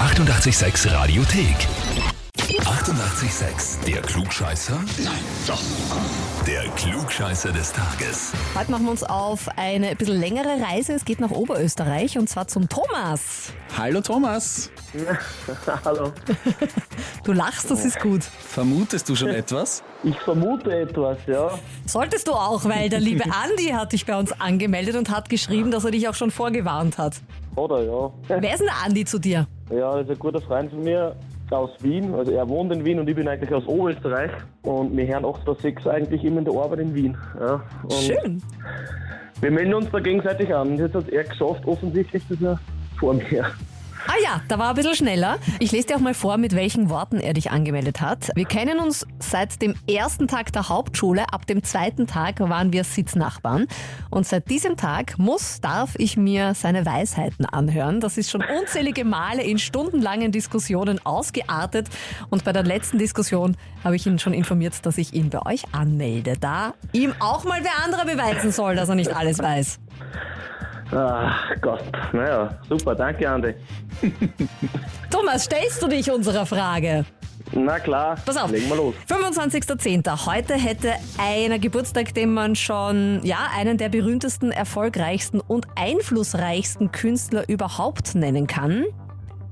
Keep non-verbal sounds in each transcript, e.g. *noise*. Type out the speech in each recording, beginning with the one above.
886 Radiothek. 88,6. Der Klugscheißer? Nein, doch. Der Klugscheißer des Tages. Heute machen wir uns auf eine ein bisschen längere Reise. Es geht nach Oberösterreich und zwar zum Thomas. Hallo Thomas, *laughs* Hallo. Du lachst, das ist gut. vermutest du schon etwas? Ich vermute etwas, ja. Solltest du auch, weil der liebe Andi hat dich bei uns angemeldet und hat geschrieben, dass er dich auch schon vorgewarnt hat. Oder ja. Wer ist denn der Andi zu dir? Ja, das ist ein guter Freund von mir aus Wien. Also er wohnt in Wien und ich bin eigentlich aus Oberösterreich. Und wir hören 8 bis 6 eigentlich immer in der Arbeit in Wien. Ja. Und Schön. Wir melden uns da gegenseitig an. Und Jetzt hat er geschafft, offensichtlich, dass er vor mir. Ah ja, da war er ein bisschen schneller. Ich lese dir auch mal vor, mit welchen Worten er dich angemeldet hat. Wir kennen uns seit dem ersten Tag der Hauptschule. Ab dem zweiten Tag waren wir Sitznachbarn. Und seit diesem Tag muss, darf ich mir seine Weisheiten anhören. Das ist schon unzählige Male in stundenlangen Diskussionen ausgeartet. Und bei der letzten Diskussion habe ich ihn schon informiert, dass ich ihn bei euch anmelde. Da ihm auch mal wer anderer beweisen soll, dass er nicht alles weiß. Ach Gott. Naja, super. Danke, Andi. Thomas, stellst du dich unserer Frage? Na klar. Pass auf. Legen wir los. 25.10. Heute hätte einer Geburtstag, den man schon, ja, einen der berühmtesten, erfolgreichsten und einflussreichsten Künstler überhaupt nennen kann.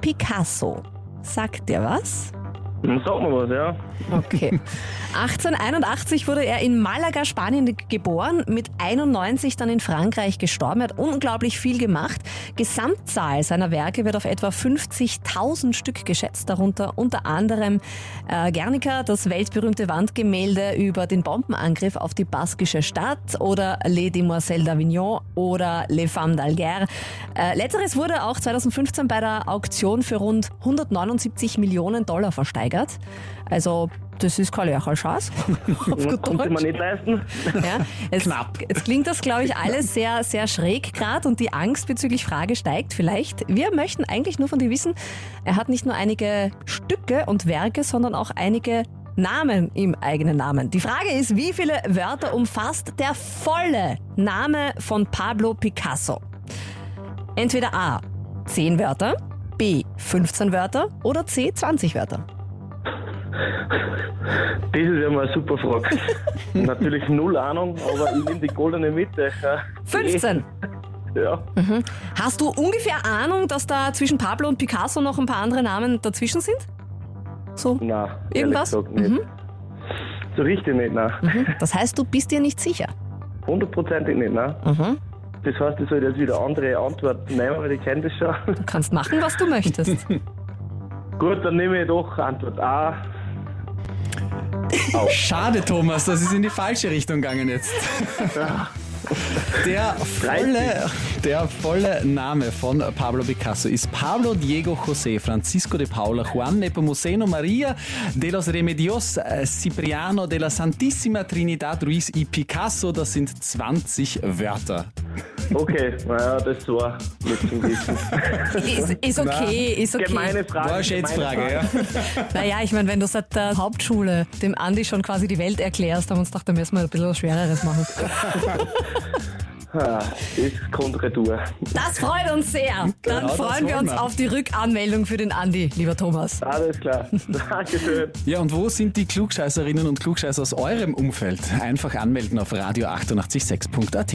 Picasso. Sagt dir was? Dann Sag mal was, ja. *laughs* Okay. 1881 wurde er in Malaga, Spanien geboren, mit 91 dann in Frankreich gestorben. Er hat unglaublich viel gemacht. Gesamtzahl seiner Werke wird auf etwa 50.000 Stück geschätzt, darunter unter anderem äh, Guernica, das weltberühmte Wandgemälde über den Bombenangriff auf die baskische Stadt oder Les Demoiselles d'Avignon oder Les Femmes d'Alger. Äh, letzteres wurde auch 2015 bei der Auktion für rund 179 Millionen Dollar versteigert. Also das ist keine Lerchalschance. *laughs* Auf gut Konnte man Deutsch. nicht leisten. Ja, es, Knapp. Jetzt klingt das, glaube ich, alles sehr, sehr schräg gerade und die Angst bezüglich Frage steigt vielleicht. Wir möchten eigentlich nur von dir wissen, er hat nicht nur einige Stücke und Werke, sondern auch einige Namen im eigenen Namen. Die Frage ist, wie viele Wörter umfasst der volle Name von Pablo Picasso? Entweder A, 10 Wörter, B, 15 Wörter oder C, 20 Wörter. Das ist ja mal eine super *laughs* Frage. Natürlich null Ahnung, aber ich nehme die goldene Mitte. Ja. 15. Ja. Hast du ungefähr Ahnung, dass da zwischen Pablo und Picasso noch ein paar andere Namen dazwischen sind? So? hm? Nein. ehrlich Irgendwas? gesagt Nicht. Mhm. So richtig nicht, nein. Mhm. Das heißt, du bist dir nicht sicher. Hundertprozentig nicht, nein. Mhm. Das heißt, ich soll jetzt wieder andere Antworten nehmen, weil ich kenne das schon. *laughs* Du kannst machen, was du *laughs* möchtest. Gut, dann nehme ich doch Antwort A. Schade Thomas, das ist in die falsche Richtung gegangen jetzt. Der volle, der volle Name von Pablo Picasso ist Pablo Diego José Francisco de Paula Juan Nepomuceno Maria de los Remedios äh, Cipriano de la Santissima Trinidad Ruiz y Picasso. Das sind 20 Wörter. Okay, naja, das war mit zum Wissen. ist, ist okay, ist okay. Gemeine Frage. War gemeine eine Schätzfrage, Frage. ja. Naja, ich meine, wenn du seit der Hauptschule dem Andi schon quasi die Welt erklärst, haben wir uns gedacht, dann müssen wir ein bisschen was Schwereres *laughs* machen. Ah, ist Kontratur. Das freut uns sehr. Dann Genau, das freuen wir wollen uns wir. auf die Rückanmeldung für den Andi, lieber Thomas. Alles klar. *laughs* Dankeschön. Ja, und wo sind die Klugscheißerinnen und Klugscheißer aus eurem Umfeld? Einfach anmelden auf radio886.at.